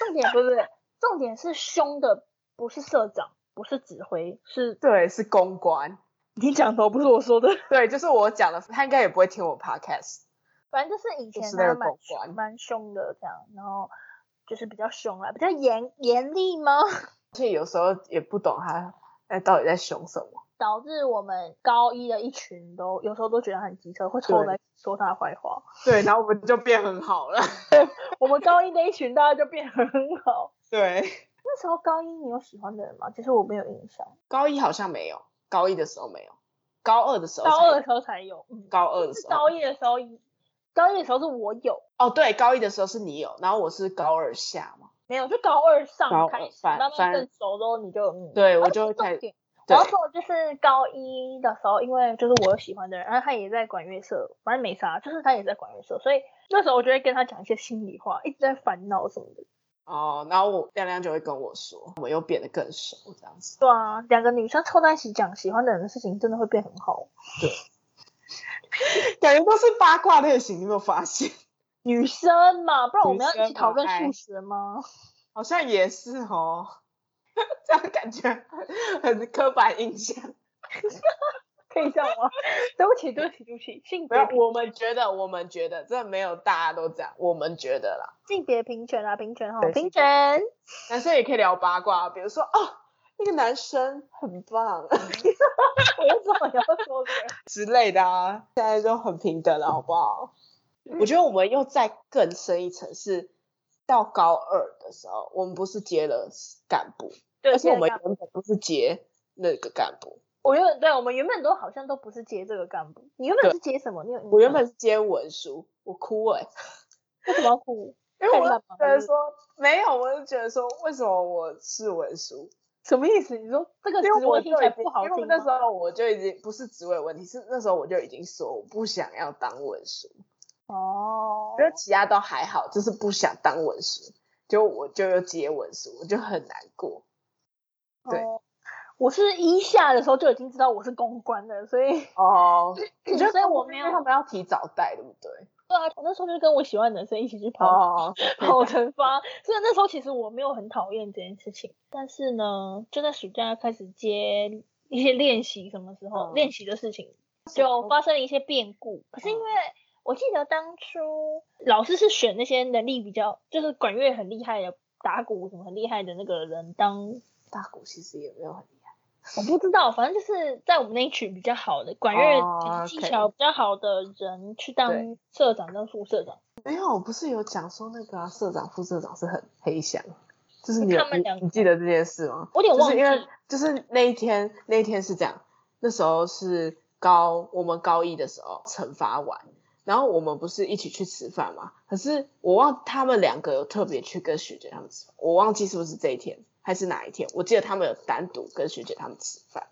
S1: 重点不是重点是凶的不是社长，不是指挥，是
S2: 对，是公关。
S1: 你讲的不是我说的。
S2: 对，就是我讲的，他应该也不会听我 podcast。
S1: 反正就是以前
S2: 是那
S1: 他
S2: 个
S1: 蛮
S2: 狗官
S1: 凶蛮凶的这样，然后就是比较凶啦，比较严严厉吗？
S2: 而且有时候也不懂他哎到底在凶什么。
S1: 导致我们高一的一群都有时候都觉得他很机车，会凑
S2: 对
S1: 来说他的坏话。
S2: 对，然后我们就变很好了。
S1: 我们高一的一群大家就变得很好。
S2: 对，
S1: 那时候高一你有喜欢的人吗？其实我没有印象，
S2: 高一好像没有，高一的时候没有，高二的时候才有
S1: 高二的时候才有。嗯，
S2: 高二的
S1: 是
S2: 时候
S1: 高一的时候，高一的时候是我有，
S2: 哦，对，高一的时候是你有，然后我是高二下嘛。
S1: 没有就高二上
S2: 高
S1: 开
S2: 二
S1: 始，
S2: 反
S1: 慢慢
S2: 反
S1: 更熟之后你就嗯，
S2: 对我
S1: 而且
S2: 就会
S1: 重
S2: 开始
S1: 点我
S2: 对
S1: 要说的就是高一的时候，因为就是我有喜欢的人，然后他也在管乐社，反正没啥，就是他也在管乐社，所以那时候我就会跟他讲一些心里话，一直在烦恼什么的。
S2: 哦，然后我亮亮就会跟我说，我们又变得更熟这样子。
S1: 对啊，两个女生凑在一起讲喜欢的人的事情，真的会变很好。
S2: 感觉都是八卦类型，你有没有发现？
S1: 女生嘛，不然我
S2: 女
S1: 们要一起
S2: 生
S1: 讨
S2: 嘛
S1: 论
S2: 哎
S1: 数学吗？
S2: 好像也是哦， 这样感觉很很刻板印象。
S1: 可以这样吗？对不起，对不起，对不起，性
S2: 没
S1: 别
S2: 有，
S1: 平
S2: 我们觉得，我们觉得，真的没有大家都这样，我们觉得啦。
S1: 性别平权啊，平权哈，
S2: 对
S1: 平
S2: 性别平
S1: 权。
S2: 男生也可以聊八卦，比如说哦，那个男生很棒
S1: 我就知道你要说这个。
S2: 之类的啊，现在就很平等了，好不好？我觉得我们又再更深一层是到高二的时候，我们不是接了干部，
S1: 对
S2: 而且我们
S1: 接了干
S2: 原本不是接那个干部，
S1: 我原本对我们原本都好像都不是接这个干部，你原本
S2: 对
S1: 是接什么？你有印
S2: 我原
S1: 象
S2: 本是接文书，我哭哎、
S1: 为什么要哭？
S2: 因为我
S1: 太
S2: 就
S1: 烂吧
S2: 觉得说没有，我就觉得说为什么我是文书，
S1: 什么意思？你说这个
S2: 因为
S1: 职
S2: 我
S1: 位
S2: 就
S1: 听起来
S2: 已经
S1: 不好
S2: 因为
S1: 听
S2: 那时
S1: 吗
S2: 候我就已经不是职位问题，是那时候我就已经说我不想要当文书，
S1: 哦
S2: 我觉得其他都还好，就是不想当文书，就我就又接文书，我就很难过。对
S1: 哦我是一下的时候就已经知道我是公关了，所 以
S2: 哦，我觉得
S1: 所以我
S2: 公司
S1: 没
S2: 因
S1: 有
S2: 为他们要提早带，对不对？
S1: 对啊，我那时候就跟我喜欢的男生一起去跑
S2: 哦，
S1: 跑惩罚。所以那时候其实我没有很讨厌这件事情，但是呢，就在暑假开始接一些练习，什么时候、
S2: 嗯
S1: 练习的事情就发生了一些变故。可是因为我记得当初老师是选那些能力比较，就是管乐很厉害的、打鼓什么很厉害的那个人当
S2: 大鼓其实也没有很厉害，
S1: 我不知道，反正就是在我们那一群比较好的管乐
S2: 哦
S1: 可能
S2: OK
S1: 技巧比较好的人去当
S2: 对
S1: 社长、当副社长。
S2: 没有，不是有讲说那个啊，社长、副社长是很黑箱，就是你
S1: 他
S2: 有
S1: 们
S2: 你
S1: 两个
S2: 你记得这件事吗？
S1: 我有点
S2: 就
S1: 忘
S2: 是
S1: 记
S2: 因为就是那一天，那一天是这样，那时候是高我们高一的时候惩罚完，然后我们不是一起去吃饭嘛？可是我忘他们两个有特别去跟学姐他们吃饭，我忘记是不是这一天还是哪一天，我记得他们有单独跟学姐他们吃饭，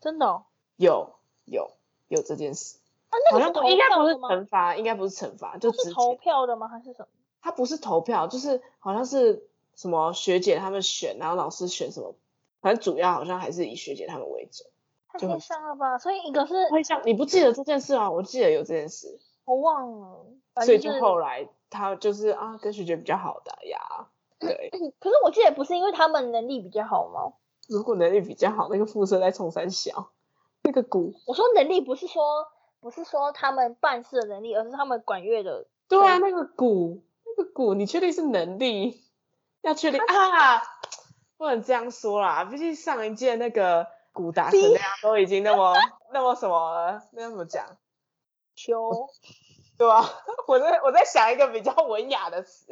S1: 真的、哦？
S2: 有有有这件事，
S1: 啊，那
S2: 好
S1: 个
S2: 像
S1: 是投
S2: 应该
S1: 票
S2: 不是
S1: 的吗？
S2: 惩罚，应该不是惩罚，就是之
S1: 投
S2: 前
S1: 票的吗？还是什么？
S2: 他不是投票，就是好像是什么学姐他们选，然后老师选什么，反正主要好像还是以学姐他们为主。
S1: 太
S2: 就
S1: 悲
S2: 很
S1: 伤了吧！所以一个是
S2: 会像你不记得这件事啊？我记得有这件事，
S1: 我忘了，反
S2: 所以
S1: 正
S2: 就是后来他就是啊，跟学姐比较好的呀。对，
S1: 可是我记得不是因为他们能力比较好吗？
S2: 如果能力比较好，那个副社在冲山小，那个鼓。
S1: 我说能力不是说不是说他们办事的能力，而是他们管乐的。
S2: 对啊，那个鼓，那个鼓，你确定是能力？要确定啊，不能这样说啦，毕竟上一届那个鼓打成那样，都已经那么 那么什么了，那要怎么讲？
S1: 球
S2: 对吧、 我在我在想一个比较文雅的词。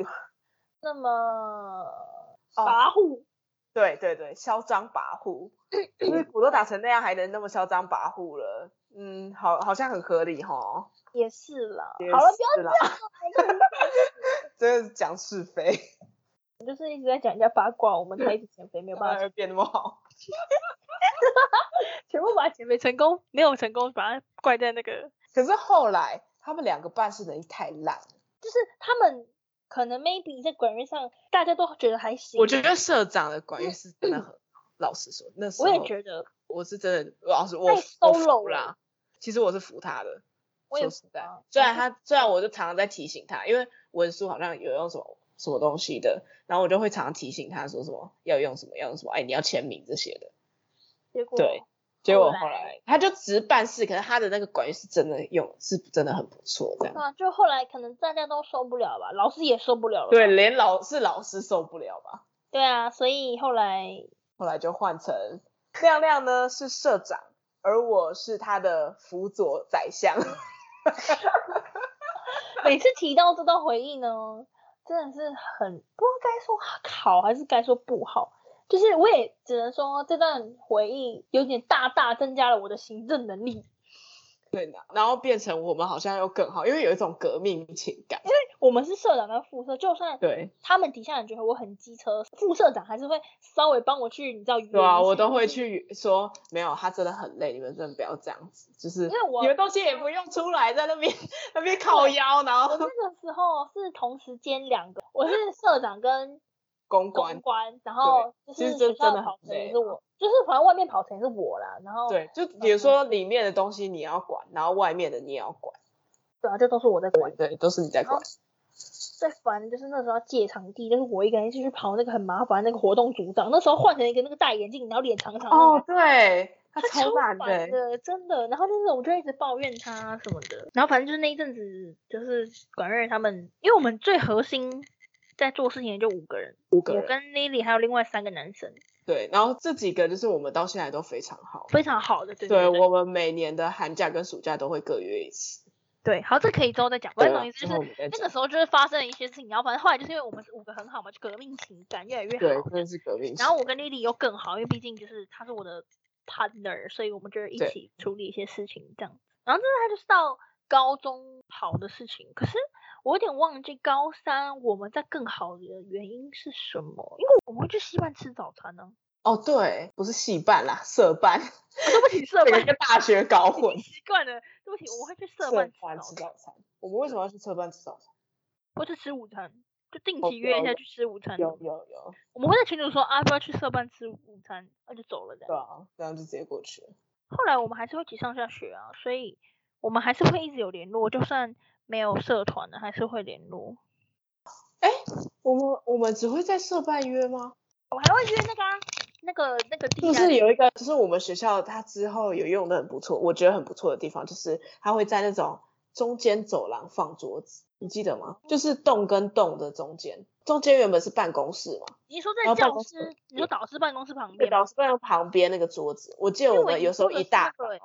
S1: 那么
S2: 哦
S1: 跋扈，
S2: 对对对，嚣张跋扈，就是鼓都打成那样，还能那么嚣张跋扈了，嗯，好，好像很合理哈。
S1: 也是啦。
S2: 也
S1: 好了，不要
S2: 是啦， 真的是讲是非，
S1: 就是一直在讲人家八卦，我们才一直减 肥没有
S2: 不然
S1: 办法，
S2: 会 变那么好。
S1: 全部把它减肥成功没有成功，把它怪在那个，
S2: 可是后来他们两个办事能力太烂，了，
S1: 就是他们可能 maybe 在管乐上大家都觉得还行，
S2: 我觉得社长的管乐是真 的很好，老实说，那时候
S1: 我也觉得
S2: 我是真的，老实我
S1: 太
S2: 我
S1: solo
S2: 服
S1: 了
S2: 啦。其实我是服他的，
S1: 我也
S2: 说
S1: 服
S2: 实在
S1: 他，
S2: 虽
S1: 我
S2: 然
S1: 是
S2: 他虽然我就常常在提醒他，因为文书好像有用什么什么东西的，然后我就会常常提醒他说什么要用什么要用什么，哎，你要签名这些的。
S1: 结果
S2: 对结果
S1: 后
S2: 后
S1: 来
S2: 来他就只是办事，可是他的那个管乐是真的用，是真的很不错这样。
S1: 啊，就后来可能大家都受不了吧，老师也受不了了吧，
S2: 对，连老是老师受不了吧？
S1: 对啊，所以后来
S2: 后来就换成亮亮呢是社长，而我是他的辅佐宰相。
S1: 每次提到这段回忆呢，真的是很不知道该说好还是该说不好。就是我也只能说这段回忆有点大大增加了我的行政能力。
S2: 对，然后变成我们好像又更好，因为有一种革命情感。
S1: 我们是社长跟副社，就算
S2: 对，
S1: 他们底下人觉得我很机车，副社长还是会稍微帮我去，你知道，
S2: 对啊，
S1: 圆一
S2: 我
S1: 下
S2: 都会。去说，没有，他真的很累，你们真的不要这样子，就是
S1: 因为我
S2: 你们东西也不用出来，在那边那边靠腰，然
S1: 我那
S2: 后
S1: 个时候是同时兼两个，我是社长跟
S2: 公
S1: 公
S2: 关，
S1: 关，然后就
S2: 其
S1: 是
S2: 实这
S1: 学校
S2: 真的很
S1: 跑程也
S2: 累啊
S1: 是我，就是反正外面跑程也是我啦，然后
S2: 对，就比如说里面的东西你要管，然后外面的你也要管，
S1: 对啊，就都是我在管。
S2: 对，都是你在管。
S1: 最烦的就是那时候要借场地，就是我一个人去跑那个很麻烦的那个活动组长，那时候换成一个那个戴眼镜，然后脸长长的，
S2: 哦，对，他
S1: 他
S2: 超
S1: 烦
S2: 难的，欸
S1: 的，真的。然后就是我就一直抱怨他什么的，然后反正就是那一阵子，就是管乐他们，因为我们最核心在做事情的就五个人，
S2: 五个
S1: 我
S2: 人，
S1: 跟 Lily 还有另外三个男生，
S2: 对，然后这几个就是我们到现在都非常好，
S1: 非常好的，对
S2: 对
S1: 对对
S2: 我们每年的寒假跟暑假都会各约一次，
S1: 对，好，这可以之后再讲。反
S2: 对
S1: 正
S2: 啊
S1: 总而言之就是那个
S2: 之后我们再讲。
S1: 时候就是发生了一些事情，然后反正后来就是因为我们是五个很好嘛，就革命情感越来越
S2: 对
S1: 好，。
S2: 真的是革命史。
S1: 然后我跟丽丽又更好，因为毕竟就是她是我的 partner，所以我们就是一
S2: 对
S1: 起处理一些事情这样。然后这是她就是到高中好的事情，可是我有点忘记高三我们在更好的原因是什么，因为我们会去西班吃早餐呢、
S2: 哦，对，不是戏办啦，社办，
S1: 对 不起，社
S2: 被
S1: 办
S2: 人家大学搞混。
S1: 习惯了，对不起，我们会 去社
S2: 社
S1: 办
S2: 办
S1: 吃
S2: 吃
S1: 早餐，
S2: 早餐，我们为什么要去社办吃早餐？
S1: 或是吃午餐，就定
S2: 哦
S1: 期约一
S2: 有
S1: 下
S2: 有
S1: 去吃午餐。
S2: 有有有，
S1: 我们会在群组说啊，不要去社办吃午餐，那就走了这样
S2: 对。啊，这样就直接过去了。
S1: 后来我们还是会一起上下学啊，所以我们还是会一直有联络，就算没有社团了，还是会联络。
S2: 我们我们只会在社办约吗？
S1: 我还会约那个、啊、那个那个地
S2: 就
S1: 下
S2: 是有一个，就是我们学校它之后有用的很不错，我觉得很不错的地方，就是它会在那种中间走廊放桌子，你记得吗？就是洞跟洞的中间，中间原本是办公室嘛，
S1: 你说
S2: 然
S1: 在
S2: 后办
S1: 教
S2: 公室
S1: 师，你说导师办公室旁
S2: 那
S1: 边
S2: 个
S1: 吗，
S2: 老师办公旁边那个桌子，我记得
S1: 因为
S2: 我
S1: 我
S2: 们
S1: 以
S2: 有
S1: 前
S2: 时候
S1: 住的
S2: 一
S1: 是
S2: 大
S1: 那个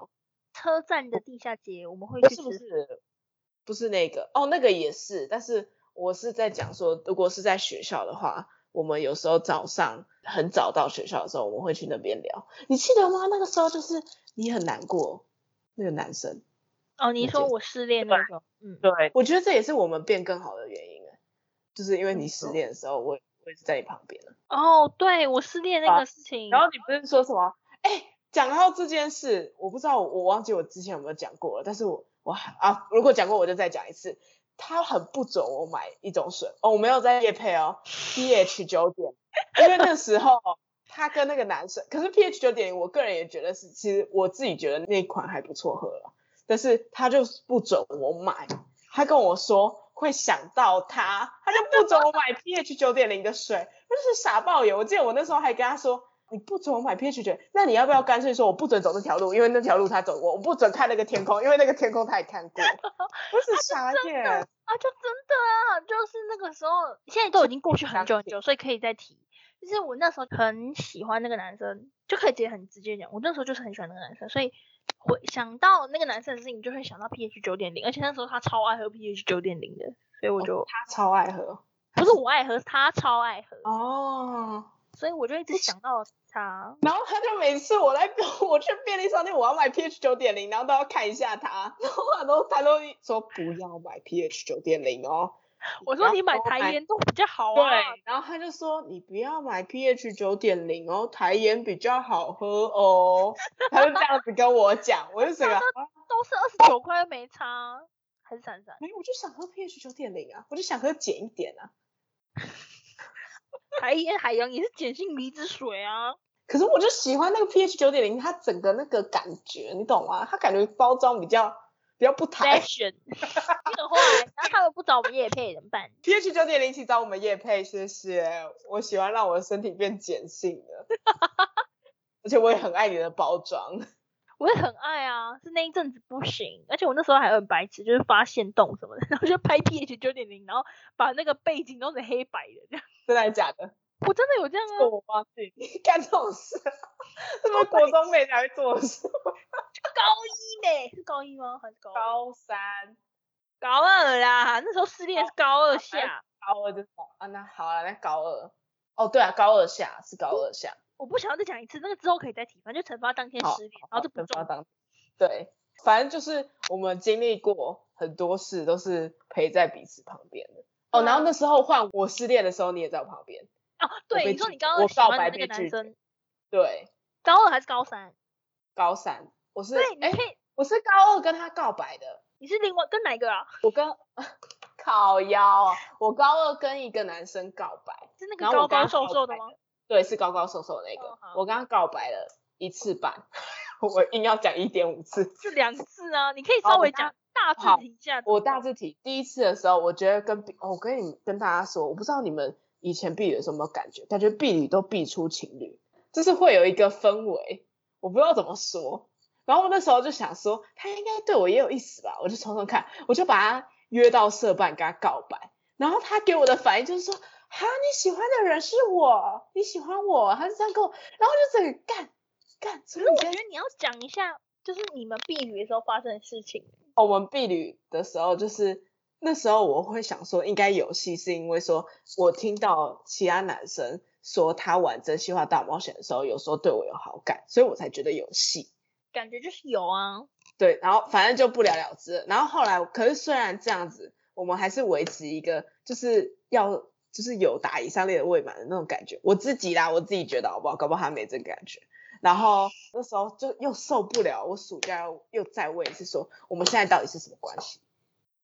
S1: 车站的地下街，我们会
S2: 不
S1: 去
S2: 是不
S1: 吃。
S2: 是不是那个哦，那个也是，但是我是在讲说，如果是在学校的话，我们有时候早上很早到学校的时候，我们会去那边聊。你记得吗？那个时候就是你很难过，那个男生。
S1: 哦，你
S2: 那
S1: 说
S2: 间
S1: 我失恋那时候，嗯，
S2: 对，我觉得这也是我们变更好的原因哎，就是因为
S1: 没
S2: 你失
S1: 错
S2: 恋的时候，我我也是在你旁边啊
S1: 哦，对我失恋那
S2: 啊
S1: 个事情，
S2: 然后你不是说什么？哎，讲到这件事，我不知道我我忘记我之前有没有讲过了，但是我我啊，如果讲过我就再讲一次。他很不准我买一种水哦，我没有在夜配哦，pH 九点，因为那时候他跟那个男生，可是 pH 九点，我个人也觉得是，其实我自己觉得那款还不错喝了，但是他就是不准我买，他跟我说会想到他，他就不准我买 pH 九点零的水，我就是傻爆油。我记得我那时候还跟他说，你不准我买 pH 九，那你要不要干脆说我不准走那条路，因为那条路他走过，我不准看那个天空，因为那个天空他也看过。我是傻眼，
S1: 啊，就真的啊，就是那个时候，现在都已经过去很
S2: 想
S1: 久很
S2: 起
S1: 久，所以可以再提。就是我那时候很喜欢那个男生，就可以直接很直接讲，我那时候就是很喜欢那个男生，所以回想到那个男生的事情，就会想到 pH 九点零，而且那时候他超爱喝 pH 九点零的，所以我
S2: 哦
S1: 就、
S2: 他超爱喝
S1: 不是我爱喝，他超爱喝，
S2: 哦。
S1: 所以我就一直想到他。
S2: 然后他就每次我来我去便利商店，我要买 pH 九点零，然后都要看一下他，然后他都他都说不要买 pH 九点零哦。
S1: 我说
S2: 要
S1: 你买
S2: 多
S1: 台烟都比较好啊，
S2: 对，然后他就说你不要买 pH 九点零哦，台盐比较好喝哦。他就这样子跟我讲，我就整个，
S1: 都是二十九块没差，还是三三
S2: 哎，我就想喝 pH 九点零啊，我就想喝碱一点啊。
S1: 台烟海洋也是碱性离子水啊。
S2: 可是我就喜欢那个 pH 九点零，它整个那个感觉，你懂吗？它感觉包装比较比较不台
S1: fashion，你很坏。然后他们不找我们叶配怎么办？
S2: pH 九点零，请找我们叶配，谢谢。我喜欢让我的身体变碱性的，而且我也很爱你的包装。
S1: 我也很爱啊，是那一阵子不行，而且我那时候还很白痴，就是发现洞什么的，然 后就拍 pH 九点零，然后把那个背景弄成黑白的这样。
S2: 真的假的？
S1: 我真的有这样啊，
S2: 我忘记干这种事，是不是国中妹才会做的 事？
S1: 高一呢？是高一吗？还是高二
S2: 三、
S1: 高二啦？那时候失
S2: 哦
S1: 恋是高二
S2: 反正
S1: 下，
S2: 高二就是高啊，那好啊，那高二。哦，对啊，高二下是高二下，
S1: 我不想要再讲一次，那个之后可以再提，反正就惩罚当天
S2: 好
S1: 失恋，然后这不
S2: 惩罚
S1: 重
S2: 当对，反正就是我们经历过很多事，都是陪在彼此旁边的。哦，然后那时候换我失恋的时候，你也在我旁边。
S1: 要。哦，对，
S2: 被
S1: 你说
S2: 拒
S1: 你高
S2: 我
S1: 二喜
S2: 告
S1: 欢
S2: 白
S1: 的那个
S2: 被
S1: 男
S2: 拒绝
S1: 生，
S2: 对，
S1: 高二还是高三？
S2: 高三，我是
S1: 对，你
S2: 哎、
S1: 可以，
S2: 我是高二跟他告白的，
S1: 你是另外跟哪一个啊？
S2: 我跟靠腰啊，我高二跟一个男生告白，
S1: 是那个
S2: 然后
S1: 高
S2: 我跟
S1: 高
S2: 他
S1: 瘦
S2: 告
S1: 瘦的
S2: 白
S1: 吗？
S2: 对，是高高瘦瘦的那个，
S1: 哦好
S2: 我跟他告白了一次半， 我硬要讲一点五次。
S1: 是两次啊，你可以
S2: 好
S1: 稍
S2: 我
S1: 微
S2: 大
S1: 讲大
S2: 好
S1: 致提一下怎么
S2: 我
S1: 了。
S2: 大致提第一次的时候，我觉得跟毕哦我跟你跟大家说，我不知道你们以前避旅的时候有没有感觉，感觉避旅都避出情侣，就是会有一个氛围，我不知道怎么说。然后我那时候就想说，他应该对我也有意思吧，我就冲冲看，我就把他约到社办跟他告白，然后他给我的反应就是说，哈，你喜欢的人是我，你喜欢我，他是这样跟我，然后我就整个干干，
S1: 可
S2: 所以
S1: 是我
S2: 你
S1: 觉
S2: 现在
S1: 得你要讲一下，就是你们避雨的时候发生的事情，
S2: 我们避旅的时候，就是那时候我会想说应该有戏，是因为说我听到其他男生说他玩真心话大冒险的时候，有时候对我有好感，所以我才觉得有戏。
S1: 感觉就是有啊。
S2: 对，然后反正就不了了之了。然后后来，可是虽然这样子，我们还是维持一个就是要就是有打以上列的未满的那种感觉。我自己啦，我自己觉得好不好？搞不好他没这个感觉。然后那时候就又受不了，我暑假又又再问一次说，我们现在到底是什么关系？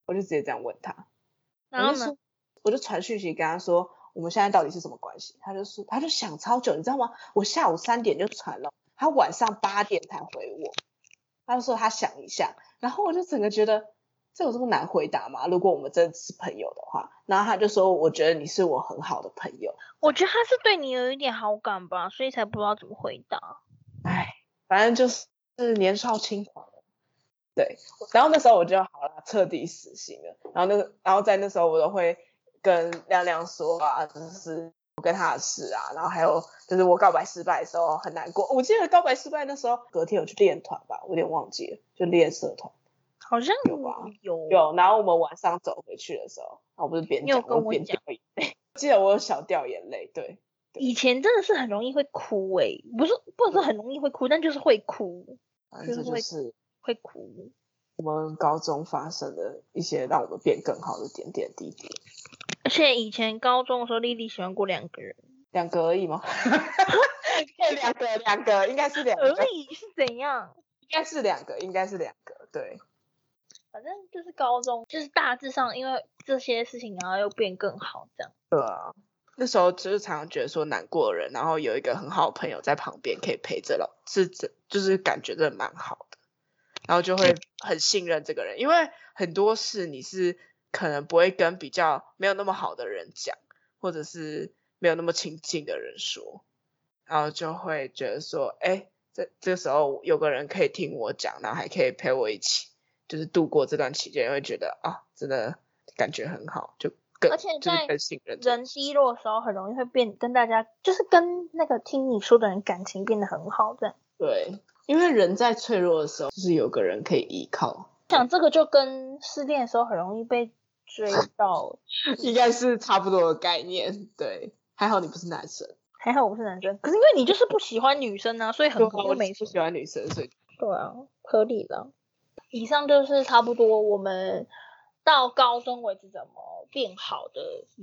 S2: 我就直接这样问他，
S1: 然后
S2: 我就
S1: 呢
S2: 说？我就传讯息跟他说，我们现在到底是什么关系？他就说，他就想超久，你知道吗？我下午三点就传了，他晚上八点才回我，他就说他想一下，然后我就整个觉得。这有这么难回答吗？如果我们真的是朋友的话，然后他就说：“我觉得你是我很好的朋友。”
S1: 我觉得他是对你有一点好感吧，所以才不知道怎么回答。
S2: 唉，反正就是年少轻狂了。对，然后那时候我就好了，彻底死心了。然后那个，然后在那时候我都会跟亮亮说啊，就是我跟他的事啊，然后还有就是我告白失败的时候很难过。我记得告白失败那时候，隔天我去练团吧，我有点忘记了，就练社团。
S1: 好像
S2: 有吧
S1: 有
S2: 有，然后我们晚上走回去的时候，然后我不是边
S1: 你有
S2: 讲
S1: 跟我
S2: 边
S1: 讲
S2: 掉眼泪， 记得我有小掉眼泪，对。
S1: 以前真的是很容易会哭诶、不是不能说很容易会哭，但就是会哭，
S2: 反
S1: 就
S2: 正这
S1: 是
S2: 就
S1: 会
S2: 是
S1: 会哭。
S2: 我们高中发生的一些让我们变更好的点点滴滴。
S1: 而且以前高中的时候，丽丽喜欢过两个人，
S2: 两个而已吗？对， 两个，两个，应该是两
S1: 而
S2: 个，
S1: 已是怎样？
S2: 应该是两个，应该是两个，对，
S1: 反正就是高中，就是大致上因为这些事情，然后又变更好这样。
S2: 对啊。那时候就是常常觉得说难过的人，然后有一个很好的朋友在旁边可以陪着了，是这就是感觉真的蛮好的，然后就
S1: 嗯
S2: 会很信任这个人，因为很多事你是可能不会跟比较没有那么好的人讲，或者是没有那么亲近的人说，然后就会觉得说，哎，这这时候有个人可以听我讲，然后还可以陪我一起，就是度过这段期间，会觉得啊，真的感觉很好，就更
S1: 而且
S2: 就是
S1: 在
S2: 更信任这个
S1: 人低落的时候，很容易会变跟大家，就是跟那个听你说的人感情变得很好这样。
S2: 对，因为人在脆弱的时候，就是有个人可以依靠，
S1: 想这个就跟失恋的时候很容易被追到，
S2: 应该是差不多的概念。对，还好你不是男生，
S1: 还好我是男生，可是因为你就是不喜欢女生啊，所以很
S2: 对啊
S1: 多
S2: 我
S1: 没
S2: 不
S1: 说。
S2: 喜欢女生，所以
S1: 对啊，合理的。以上就是差不多我们到高中为止怎么变好的，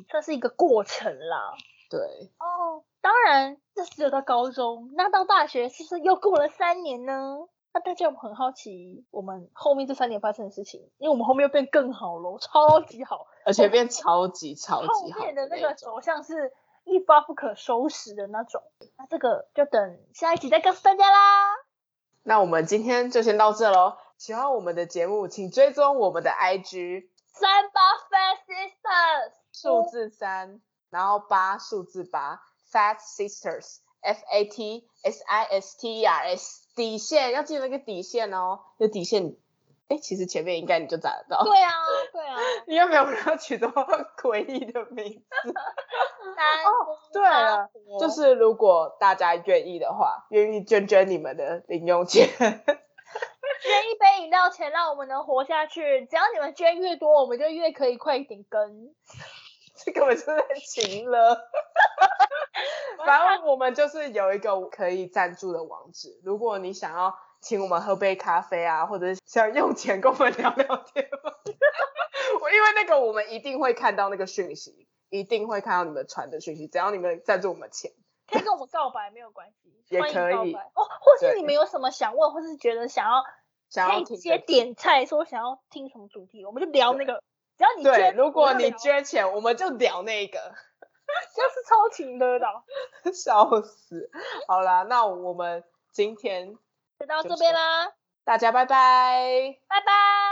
S1: 算是一个过程啦。
S2: 对，
S1: 哦，当然这只有到高中，那到大学是不是又过了三年呢？那大家有没有很好奇我们后面这三年发生的事情，因为我们后面又变更好喽，超级好，
S2: 而且变超级超
S1: 后
S2: 级好
S1: 面的那
S2: 种
S1: 个走向是一发不可收拾的那种。那这个就等下一集再告诉大家啦。
S2: 那我们今天就先到这喽。喜欢我们的节目，请追踪我们的
S1: 哦
S2: IG
S1: 三八 Fat Sisters，
S2: 数字三，然后八数字八，Fat Sisters F A T S I S T E R S 底线要记得那个底线哦，有底线。哎，其实前面应该你就找得到。
S1: 对啊，对 啊，
S2: 你有没有要取这么诡异的名字？
S1: 三
S2: 哦 对
S1: 八
S2: 了
S1: 婆
S2: 就是如果大家愿意的话，愿意捐捐你们的零用钱。
S1: 捐一杯饮料钱，让我们能活下去。只要你们捐越多，我们就越可以快一点更。
S2: 这根本就是在情了。反正我们就是有一个可以赞助的网址，如果你想要请我们喝杯咖啡啊，或者是想用钱跟我们聊聊天吗， 我因为那个我们一定会看到那个讯息，一定会看到你们传的讯息，只要你们赞助我们钱，
S1: 可以跟我们告白没有关系，
S2: 也
S1: 欢迎
S2: 可
S1: 告
S2: 以
S1: 白哦。或是
S2: 对
S1: 你们有什么想问，或是觉得想要
S2: 想
S1: 可
S2: 要
S1: 以
S2: 听
S1: 直接
S2: 的
S1: 点菜，说想要听什么主题，我们就聊那个。只要你
S2: 对，
S1: 捐，
S2: 如
S1: 我
S2: 果
S1: 们就
S2: 你
S1: 聊，
S2: 捐钱，我们就聊那个，,
S1: 就是超情的啦。
S2: 笑死。好啦，那我们今天
S1: 就到
S2: 就
S1: 这
S2: 是
S1: 边啦，
S2: 大家拜拜。
S1: 拜拜。